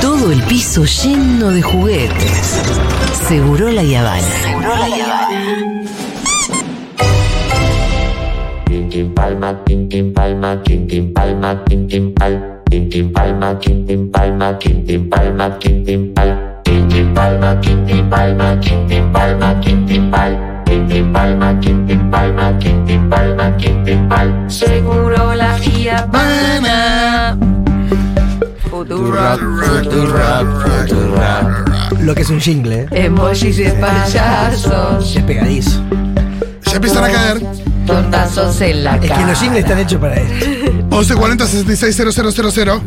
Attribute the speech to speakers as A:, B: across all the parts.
A: todo el piso lleno de juguetes. Seguro la Yavana. Seguro la
B: Tintin palma, tintin palma, tintin palma, tintin pal. Tintin palma, tintin palma, tintin palma, tintin pal. Tintin palma, tintin palma, tintin palma, tintin pal. Tintin palma, tintin palma, tintin palma, tintin pal.
C: Seguro la Habana. Futura, futura, futura.
D: Lo que es un jingle, ¿eh?
C: Emojis de payasos,
D: Es pegadizo.
E: Ya empiezan a caer.
C: tortazos en la
D: Es
C: cara.
D: que los jingles están hechos para eso.
E: 1140 66 000.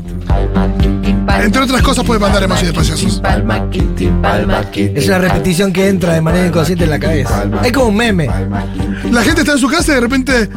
E: Entre otras cosas puede mandar emojis de payasos.
C: Palma, quintín, palma, quintín.
D: Es una repetición que entra de manera inconsciente en la cabeza. Es como un meme.
E: La gente está en su casa y de repente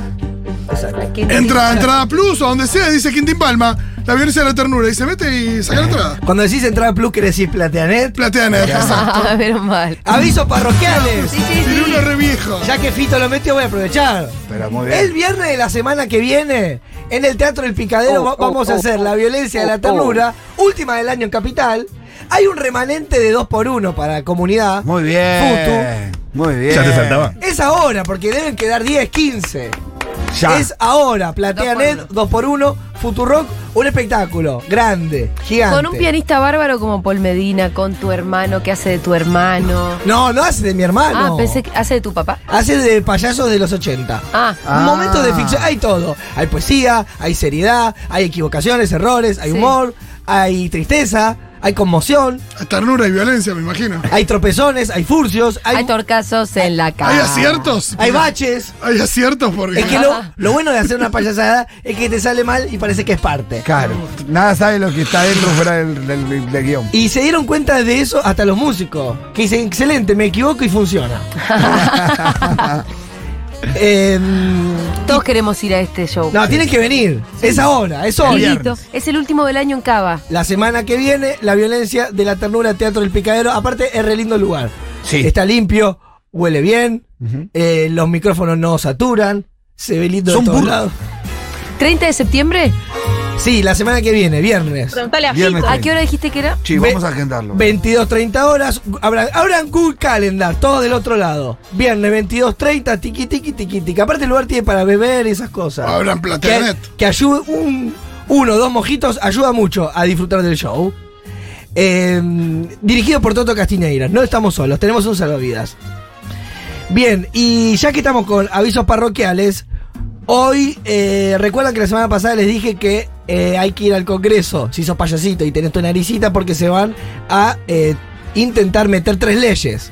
E: entra a Entrada Plus o donde sea y dice Quintín Palma, la violencia de la ternura y se mete y saca la entrada.
D: Cuando decís entrada plus, quiere decir plateanet.
E: Platean exacto.
C: Ah, menos mal.
D: Avisos parroquiales.
E: Tiene uno re viejo.
D: Ya que Fito lo metió, voy a aprovechar.
F: Pero muy bien.
D: El viernes de la semana que viene, en el Teatro El Picadero, va- vamos a hacer La Violencia de la Ternura, última del año en Capital. Hay un remanente de 2 por 1 para comunidad.
F: Muy bien. Muy bien.
G: Ya te faltaba.
D: Es ahora, porque deben quedar 10, 15.
F: Ya.
D: Es ahora, Plateanet, 2x1, Futurock, un espectáculo grande, gigante.
C: Con un pianista bárbaro como Paul Medina, con tu hermano que hace de tu hermano.
D: No, no hace de mi hermano.
C: Ah, pensé que hace de tu papá.
D: Hace de payasos de los 80.
C: Ah,
F: Ah.
D: Momentos de ficción, hay todo. Hay poesía, hay seriedad, hay equivocaciones, errores, hay
C: Sí.
D: humor, hay tristeza, hay conmoción,
E: Ternura y violencia, me imagino.
D: hay tropezones, hay furcios, hay,
C: hay torcazos en la cara.
E: ¿Hay aciertos?
D: hay baches.
E: Hay aciertos porque.
D: Ah. Es que lo,
C: Ah.
D: lo bueno de hacer una payasada es que te sale mal y parece que es parte.
F: Claro. Nada sabe lo que está dentro o fuera del, del- del- del guión.
D: Y se dieron cuenta de eso hasta los músicos, que dicen, excelente, me equivoco y funciona. Em,
C: Todos queremos ir a este show.
D: no, tienen que venir, es ahora, es hoy.
C: Amiguito, es el último del año en Cava.
D: La semana que viene, la violencia de la ternura, Teatro del Picadero, aparte es re lindo el lugar.
F: Sí.
D: Está limpio, huele bien, eh, los micrófonos no saturan, se ve lindo de
F: Son
D: todos
F: burros.
D: lados.
C: 30 de septiembre,
D: Sí, la semana que viene, viernes.
H: Preguntale a
F: Viernes
H: Fito.
C: ¿a qué hora dijiste que era?
F: Sí,
D: Ve-
F: vamos a agendarlo.
D: 22.30 horas. Abran, abran Google Calendar, todo del otro lado. Viernes 22.30, tiqui, tiqui, tiqui, tiqui. Aparte el lugar tiene para beber y esas cosas.
E: Abran
D: que,
E: Plateanet.
D: que ayude un, uno o dos mojitos, ayuda mucho a disfrutar del show. Eh, dirigido por Toto Castiñeiras. No estamos solos, tenemos un salvavidas. Bien, y ya que estamos con avisos parroquiales, hoy eh, recuerdan que la semana pasada les dije que eh, hay que ir al Congreso, si sos payasito y tenés tu naricita, porque se van a eh, intentar meter tres leyes.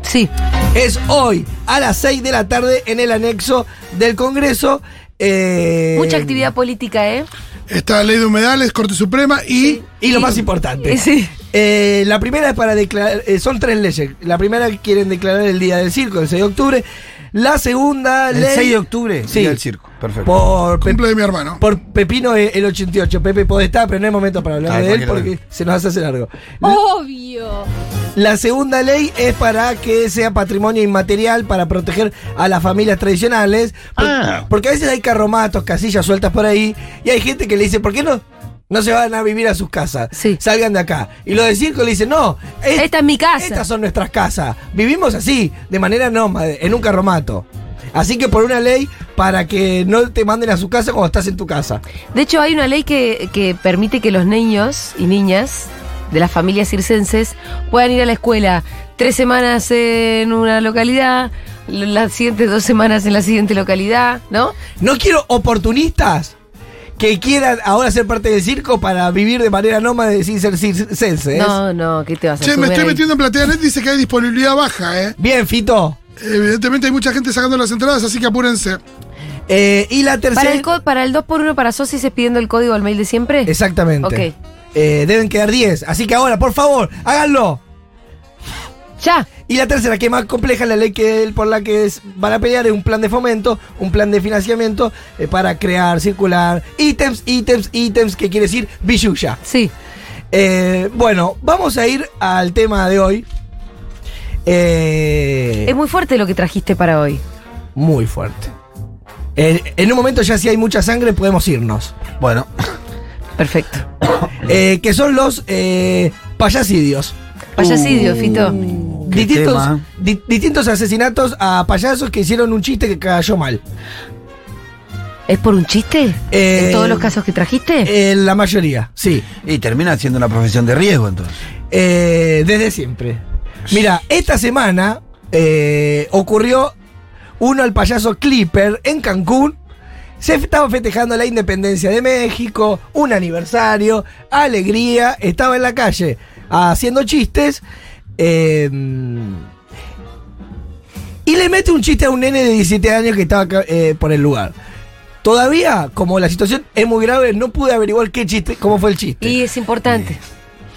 C: Sí.
D: Es hoy, a las 6 de la tarde, en el anexo del Congreso. eh,
C: Mucha actividad política, ¿eh?
E: Está la ley de humedales, Corte Suprema y.
D: Y lo más importante.
C: Eh, Sí.
D: Eh, la primera es para declarar, eh, son tres leyes. La primera quieren declarar el Día del Circo, el 6 de octubre. La segunda
F: el
D: ley...
F: 6 de octubre,
D: Sí.
F: día del circo. Perfecto.
D: Por, Pe-
E: Cumple de mi hermano.
D: por Pepino eh, el 88. Pepe Podestá, pero no hay momento para hablar
F: Ah,
D: de él
F: cualquiera
D: porque se nos hace largo.
H: Obvio.
D: La segunda ley es para que sea patrimonio inmaterial para proteger a las familias tradicionales. Por- Porque a veces hay carromatos, casillas sueltas por ahí y hay gente que le dice, ¿por qué no? No se van a vivir a sus casas.
C: Sí.
D: Salgan de acá. Y los de circo le dicen, no. es-
C: Esta es mi casa.
D: Estas son nuestras casas. Vivimos así, de manera nómade, en un carromato. Así que por una ley para que no te manden a su casa cuando estás en tu casa.
C: De hecho, hay una ley que, que permite que los niños y niñas de las familias circenses puedan ir a la escuela tres semanas en una localidad, l- las siguientes dos semanas en la siguiente localidad, ¿no?
D: No quiero oportunistas que quieran ahora ser parte del circo para vivir de manera nómade sin ser circenses.
C: No, no, ¿qué te vas a
E: Che, me
C: subir
E: estoy
C: ahí?
E: metiendo en Plateanet, dice que hay disponibilidad baja, ¿eh?
D: Bien, Fito.
E: Evidentemente hay mucha gente sacando las entradas, así que apúrense.
D: Eh, y la
C: Para el,
D: tercera.
C: co- para el 2x1 para socios es pidiendo el código al mail de siempre.
D: Exactamente.
C: Ok.
D: Eh, deben quedar 10. Así que ahora, por favor, háganlo.
C: Ya.
D: Y la tercera, que es más compleja, la ley que por la que es- van a pelear es un plan de fomento, un plan de financiamiento eh, para crear, circular ítems, ítems, ítems, que quiere decir billulla.
C: Sí.
D: Eh, bueno, vamos a ir al tema de hoy. Eh,
C: Es muy fuerte lo que trajiste para hoy.
D: muy fuerte. Eh, en un momento ya si hay mucha sangre podemos irnos.
F: Bueno,
C: Perfecto.
D: Eh, que son los eh, payasidios.
E: Uh.
C: Payasidio, Fito.
F: Uh, Qué
D: Distintos,
F: tema.
D: di- distintos asesinatos a payasos que hicieron un chiste que cayó mal.
C: ¿Es por un chiste?
D: Eh,
C: ¿En todos los casos que trajiste?
D: Eh, la mayoría, sí.
F: Y termina siendo una profesión de riesgo, entonces.
D: Eh, desde siempre. Mira, esta semana eh, ocurrió uno al payaso Clipper en Cancún. Se estaba festejando la independencia de México, un aniversario, alegría. Estaba en la calle haciendo chistes. eh, y le mete un chiste a un nene de 17 años que estaba acá, eh, por el lugar. Todavía, como la situación es muy grave, no pude averiguar qué chiste, cómo fue el chiste.
C: y es importante.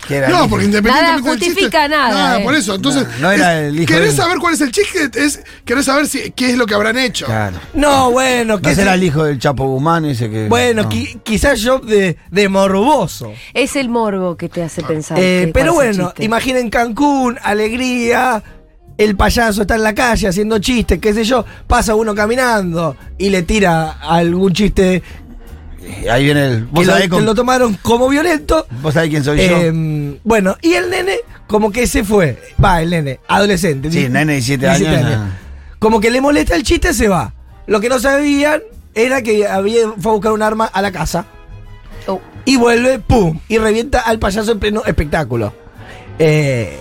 F: Que era
E: No,
F: el-
E: porque independientemente
C: Nada
E: del chiste-
C: justifica nada,
E: Nada,
C: eh.
E: por eso. Entonces,
F: No, no era el hijo
E: ¿querés
F: de-
E: saber cuál es el chiste? Es, ¿Querés saber si, qué es lo que habrán hecho?
F: Claro.
D: No, bueno,
F: No
D: que
F: será el hijo del Chapo Guzmán ese que.
D: Bueno,
F: no.
D: qui- quizás yo de, de morboso.
C: Es el morbo que te hace pensar.
D: Eh,
C: que-
D: pero
C: cuál es el
D: bueno,
C: chiste.
D: imaginen Cancún, alegría, el payaso está en la calle haciendo chistes, qué sé yo, pasa uno caminando y le tira algún chiste
F: Eh, Ahí viene el.
D: que
F: Vos
D: lo,
F: sabés, con-
D: que lo tomaron como violento.
F: vos sabés quién soy yo.
D: Eh, bueno, y el nene como que se fue, va el nene, adolescente.
F: Sí,
D: di-
F: nene de 17 años, ah.
D: Como que le molesta el chiste, se va. Lo que no sabían era que había, fue a buscar un arma a la casa.
C: Oh,
D: Y vuelve, ¡pum! Y revienta al payaso en pleno espectáculo. Eh,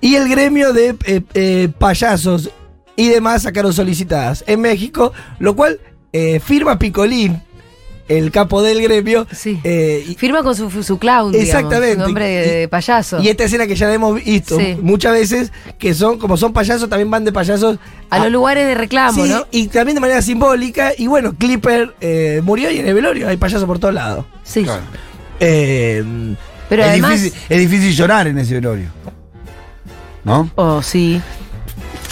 D: y el gremio de eh, eh, payasos y demás sacaron solicitadas en México, lo cual eh, firma Picolín, el capo del gremio.
C: Sí.
D: eh, y-
C: Firma con su, su clown, digamos,
D: Exactamente.
C: su nombre de, de payaso.
D: y esta escena que ya hemos visto
C: Sí.
D: muchas veces, que son, como son payasos, también van de payasos
C: a los lugares de reclamo,
D: ah, Sí,
C: ¿no?
D: y también de manera simbólica. Y bueno, Clipper eh, murió y en el velorio hay payasos por todos lados.
C: Sí.
F: Claro.
D: Eh,
C: Pero
F: es,
C: además.
F: difícil, es difícil llorar en ese velorio. ¿No?
C: Oh, sí.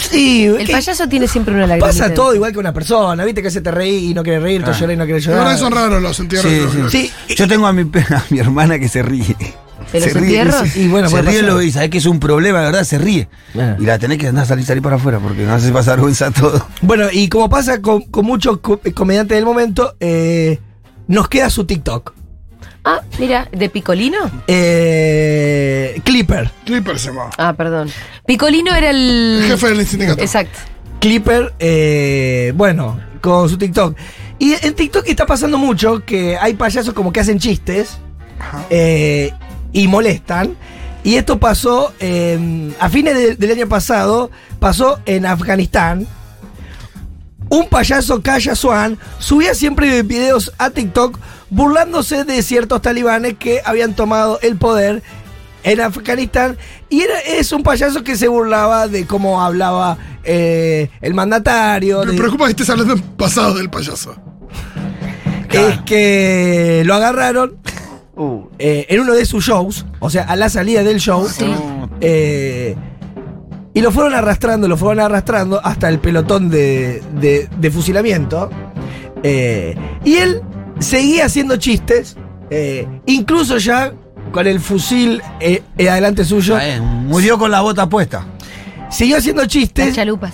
D: sí,
C: El
D: que-
C: payaso tiene siempre una lágrima.
D: Pasa todo igual que una persona, viste que se te reí y no querés reír, te
F: Ah.
D: lloré y no querés
E: La
D: llorar.
E: verdad que son raros los entierros.
F: Sí, sí.
D: Sí,
F: Yo tengo a mi, pe- a mi hermana que se ríe.
C: ¿De
F: se
C: los entierros?
F: Y bueno, se
D: puede
F: ríe
D: pasar.
F: lo, y sabés que es un problema, la verdad, se ríe.
D: Ah.
F: Y la tenés que andar a salir, salir para afuera porque no hace pasar vergüenza a todo.
D: Bueno, y como pasa con, con muchos co- comediantes del momento, eh, nos queda su TikTok.
C: Ah, mira, ¿de Picolino?
D: Eh, Clipper.
E: Clipper se va.
C: Ah, perdón. Picolino era el.
E: El jefe del sindicato.
C: Exacto.
D: Clipper, eh, bueno, con su TikTok. Y en TikTok está pasando mucho que hay payasos como que hacen chistes eh, y molestan. Y esto pasó eh, a fines de- del año pasado, pasó en Afganistán. Un payaso, Kaya Swan, subía siempre videos a TikTok burlándose de ciertos talibanes que habían tomado el poder en Afganistán. Y era, es un payaso que se burlaba de cómo hablaba eh, el mandatario.
E: Me
D: de-
E: preocupa que estés hablando en pasado del payaso.
D: es que lo agarraron eh, en uno de sus shows, o sea, a la salida del show.
C: Sí.
D: eh, y lo fueron arrastrando, lo fueron arrastrando hasta el pelotón de, de- de fusilamiento. eh, y él seguía haciendo chistes, eh, incluso ya con el fusil eh, eh, adelante suyo.
F: Ah, eh, Murió con la bota puesta.
D: Siguió haciendo
C: Las
D: chistes.
C: chalupas.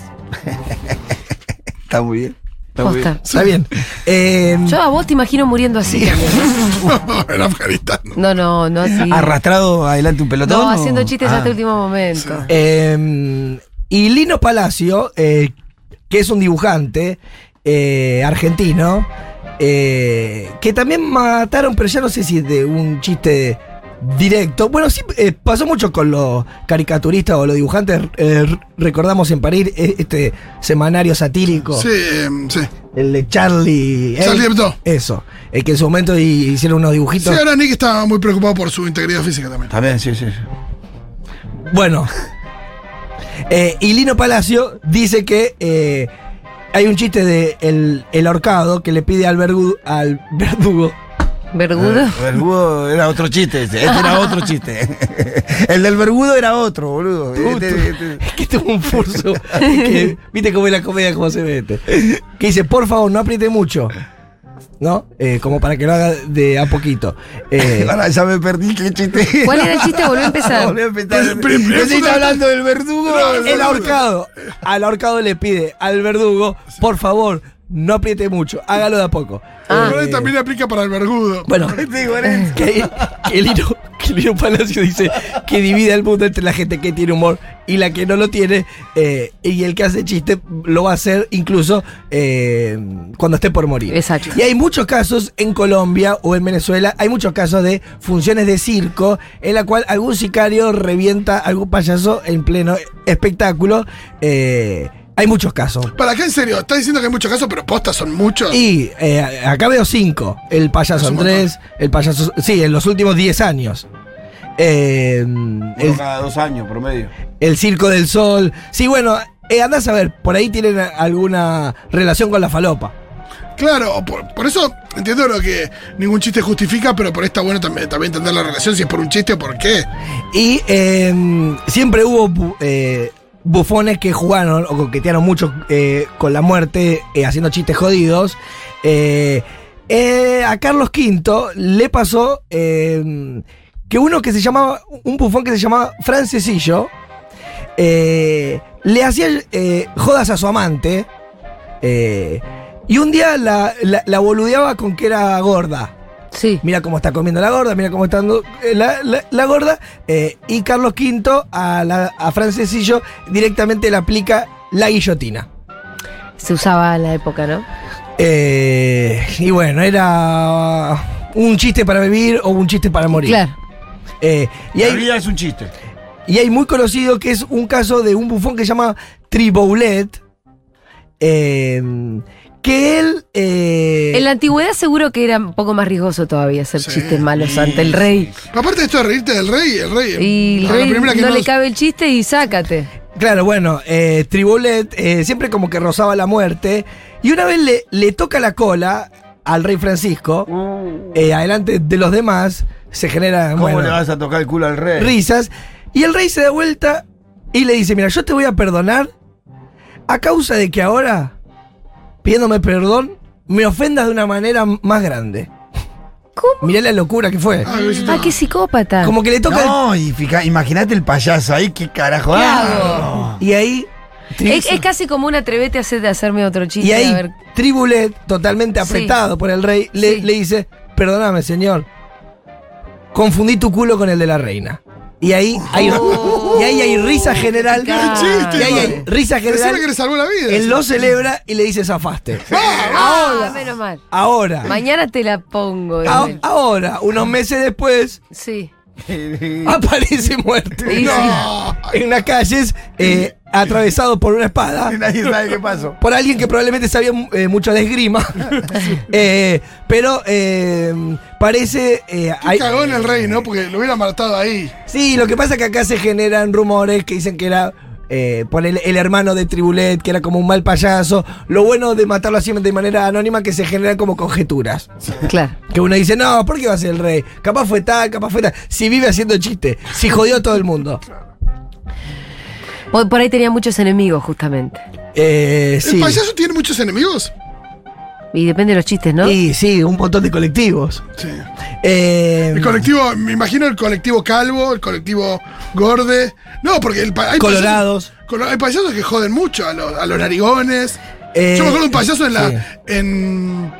F: Está muy bien. Está muy bien.
C: Posta.
D: Está bien. Eh,
C: Yo a vos te imagino muriendo así. también.
E: en Afganistán.
C: No, no, no así.
F: Arrastrado adelante un pelotón.
C: No,
F: o-
C: haciendo chistes
F: Ah.
C: hasta el último momento.
D: Eh, y Lino Palacio, eh, que es un dibujante eh, argentino, eh, que también mataron, pero ya no sé si de un chiste directo. Bueno, sí, eh, pasó mucho con los caricaturistas o los dibujantes. eh, recordamos en París eh, este semanario satírico,
E: Sí, eh, sí.
D: el de Charlie.
E: Charlie
D: eh,
E: Hebdo.
D: Eso, el que en su momento hi- hicieron unos
E: Sí,
D: dibujitos.
E: ahora Nick está muy preocupado por su integridad física también.
F: También, sí, sí. sí.
D: Bueno. Eh, y Lino Palacio dice que eh, hay un chiste de el, el ahorcado que le pide al, vergu- al verdugo.
C: Vergudo.
F: Eh, El vergudo era otro chiste ese. Este era otro chiste. El del vergudo era otro, boludo. Este- este-
D: que tuvo un furso. que, Viste cómo es la comedia, cómo se mete. Que dice, por favor, no apriete mucho. ¿No? Eh, como para que lo haga de a poquito. Eh,
F: Ahora ya me perdí qué chiste.
C: ¿Cuál era el chiste? Volvió a empezar.
F: Volví Eh. Ah, a empezar.
E: Pero- pero-
F: Yo sí estaba hablando del verdugo.
D: el ahorcado. Al ahorcado le pide al verdugo, por favor, no apriete mucho. Hágalo de a poco.
F: Ah,
E: Ah. Pero él también aplica para el vergudo.
D: Bueno,
F: Sí, bueno,
D: que, que Lino, que Lino Palacio dice que divide al mundo entre la gente que tiene humor y la que no lo tiene. eh, y el que hace chiste lo va a hacer incluso eh, cuando esté por morir.
C: Exacto.
D: Y hay muchos casos en Colombia o en Venezuela, hay muchos casos de funciones de circo en la cual algún sicario revienta a algún payaso en pleno espectáculo. Eh, hay muchos casos.
E: ¿Para qué en serio? Estás diciendo que hay muchos casos, pero postas son muchos.
D: Y eh, acá veo cinco. El payaso
E: Es un
D: Andrés, el payaso. Sí, en los últimos 10 años. Eh, el,
F: cada dos años promedio.
D: el Circo del Sol. Sí, bueno, eh, andás a ver, por ahí tienen a- alguna relación con la falopa.
E: Claro, por, por eso entiendo lo que ningún chiste justifica, pero por ahí está bueno también, también entender la relación, si es por un chiste o por qué.
D: Y eh, siempre hubo bu- eh, bufones que jugaron o coquetearon mucho eh, con la muerte, eh, haciendo chistes jodidos. Eh, eh, a Carlos V le pasó eh, que uno que se llamaba, un bufón que se llamaba Francesillo, eh, le hacía eh, jodas a su amante. eh, y un día la, la- la boludeaba con que era gorda
C: Sí.
D: mira cómo está comiendo la gorda, mira cómo está dando eh, la, la- la gorda. eh, y Carlos V a, la- a Francesillo directamente le aplica la guillotina.
C: Se usaba en la época, ¿no?
D: Eh, y bueno, era un chiste para vivir o un chiste para morir.
C: Claro.
D: Eh, y,
F: La
D: hay,
F: vida es un chiste.
D: y hay muy conocido que es un caso de un bufón que se llama Triboulet. eh, que él... eh,
C: En la antigüedad seguro que era un poco más riesgoso todavía hacer
E: Sí.
C: chistes malos ante el rey.
E: Aparte de esto de reírte del rey, el rey.
C: Y el
E: a la
C: rey
E: primera que
C: no
E: nos-
C: le cabe el chiste y sácate.
D: Claro, bueno, eh, Tribulet eh, siempre como que rozaba la muerte. Y una vez le, le toca la cola al rey Francisco, eh, adelante de los demás, se generan
F: Mm. ¿Cómo
D: bueno,
F: le vas a tocar el culo al rey?
D: risas. Y el rey se da vuelta y le dice, mira, yo te voy a perdonar a causa de que ahora, pidiéndome perdón, me ofendas de una manera m- más grande.
C: ¿Cómo?
D: Mirá la locura que fue.
E: Ah, Luisito.
C: Ah, qué psicópata.
D: Como que le toca... el-
F: No, y fija- imagínate el payaso ahí, qué carajo.
C: ¿Qué
F: Ah,
D: Y ahí... Tri-
C: Es, es casi como un atrevete a hacer de hacerme otro chiste.
D: Y
C: a
D: ahí,
C: ver.
D: Tribulet, totalmente
C: Sí.
D: apretado por el rey, le,
C: Sí.
D: le dice, perdóname, señor, confundí tu culo con el de la reina. Y ahí hay,
C: Oh.
D: y ahí hay risa general.
C: Qué chiste,
D: y ahí hay
C: madre.
D: risa
E: Decime que le
D: general.
E: salvó la vida.
D: Él lo celebra y le dice, zafaste.
C: Ah, menos mal.
D: Ahora,
C: Mañana te la pongo.
D: a-
C: Emel.
D: ahora, unos meses después,
C: Sí.
D: aparece muerto.
C: Y sí.
E: No.
D: En unas calles, eh, atravesado por una espada.
F: Y nadie sabe qué pasó.
D: por alguien que probablemente sabía eh, mucho de esgrima. Eh, pero eh, parece. eh, hay-
E: Qué cagón el rey, ¿no? Porque lo hubiera matado ahí.
D: sí, lo que pasa es que acá se generan rumores que dicen que era. eh, por el, el hermano de Tribulet, que era como un mal payaso. Lo bueno de matarlo así de manera anónima que se generan como conjeturas.
C: Claro.
D: Que uno dice, no, ¿por qué va a ser el rey? Capaz fue tal, capaz fue tal. Si vive haciendo chiste, si jodió a todo el mundo.
C: Por, por ahí tenía muchos enemigos, justamente.
D: Eh,
E: ¿El
D: sí.
E: payaso tiene muchos enemigos?
C: Y depende de los chistes, ¿no?
D: Y sí, un montón de colectivos.
E: Sí.
D: Eh,
E: El colectivo, me imagino el colectivo calvo, el colectivo gorde. No, porque el pa- hay
D: Colorados.
E: payasos- colo- hay payasos que joden mucho a los, a los narigones.
D: Eh,
E: Yo me acuerdo de un payaso en la,
D: sí.
E: en,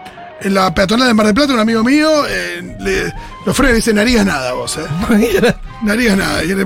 E: en la peatonal de Mar del Plata, un amigo mío, eh, le, lo frena y le dice, narigas nada vos, eh. Narigas nada. Y le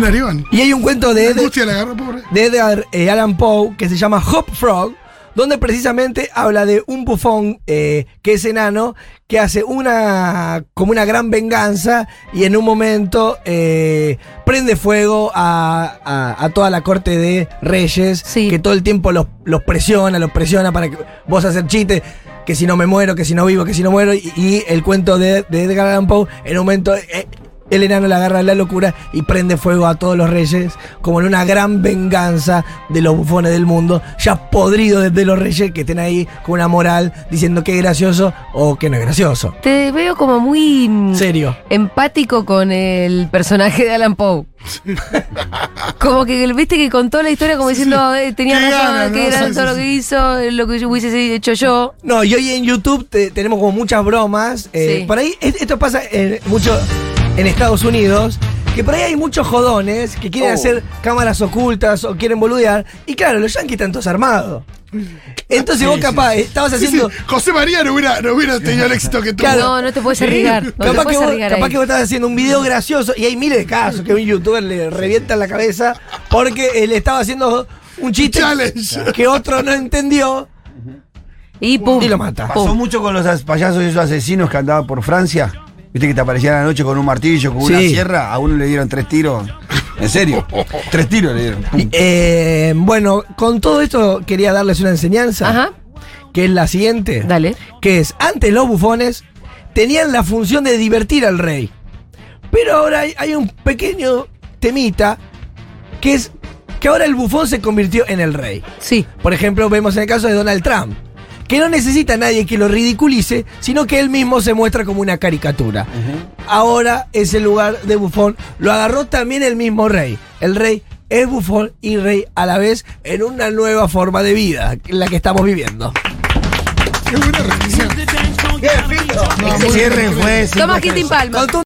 E: narigón.
D: y hay un cuento de Ed-
E: Angustia la agarró, pobre.
D: de Edgar eh, Allan Poe que se llama Hop Frog, donde precisamente habla de un bufón eh, que es enano, que hace una como una gran venganza y en un momento eh, prende fuego a, a- a toda la corte de reyes,
C: Sí.
D: que todo el tiempo los, los presiona, los presiona para que vos hacer chistes. Que si no me muero, que si no vivo, que si no muero. Y, y el cuento de, de Edgar Allan Poe, en un momento eh, el enano le agarra la locura y prende fuego a todos los reyes, como en una gran venganza de los bufones del mundo, ya podrido desde los reyes que estén ahí con una moral diciendo que es gracioso o que no es gracioso.
C: Te veo como muy mm,
D: Serio.
C: empático con el personaje de Alan Poe. como que viste que contó la historia como diciendo eh, tenía
E: Qué
C: razón,
E: ganas,
C: que
E: ¿no?
C: era
E: Sí,
C: todo
E: sí,
C: lo
E: sí.
C: que hizo, eh, lo que yo hubiese hecho yo.
D: No, y hoy en YouTube te- tenemos como muchas bromas. eh,
C: Sí.
D: Por ahí, es- esto pasa eh, mucho en Estados Unidos, Que por ahí hay muchos jodones que quieren
F: Oh.
D: hacer cámaras ocultas o quieren boludear. Y claro, los yanquis están todos armados. Entonces vos capaz, estabas
E: Sí,
D: haciendo.
E: sí, José María no hubiera, no hubiera tenido el éxito que tuvo.
D: Claro.
C: No, no te puedes arriesgar. No te
D: capaz que,
C: puedes
D: vos,
C: arriesgar
D: capaz
C: ahí.
D: que vos estás haciendo un video gracioso y hay miles de casos que a un youtuber le revientan la cabeza porque él estaba haciendo un chiste
E: Challenge.
D: que otro no entendió
C: Y pum.
D: y lo mata.
F: Pasó mucho con los as- payasos esos asesinos que andaban por Francia. Viste que te aparecían a la noche con un martillo, con una
D: Sí.
F: sierra. A uno le dieron tres tiros. En serio. tres tiros le dieron. Pum.
D: Eh, bueno, con todo esto quería darles una enseñanza.
C: Ajá.
D: Que es la siguiente.
C: Dale.
D: Que es, antes los bufones tenían la función de divertir al rey. Pero ahora hay, hay un pequeño temita que es que ahora el bufón se convirtió en el rey.
C: Sí.
D: Por ejemplo, vemos en el caso de Donald Trump, que no necesita a nadie que lo ridiculice, sino que él mismo se muestra como una caricatura. Ahora ese lugar de bufón lo agarró también el mismo rey. El rey es bufón y rey a la vez en una nueva forma de vida, la que estamos viviendo.
E: Qué buena reflexión.
F: ¡Qué fino! Ese cierre fue.
C: Toma
F: sin-
C: Quintín Palma.
D: Con tu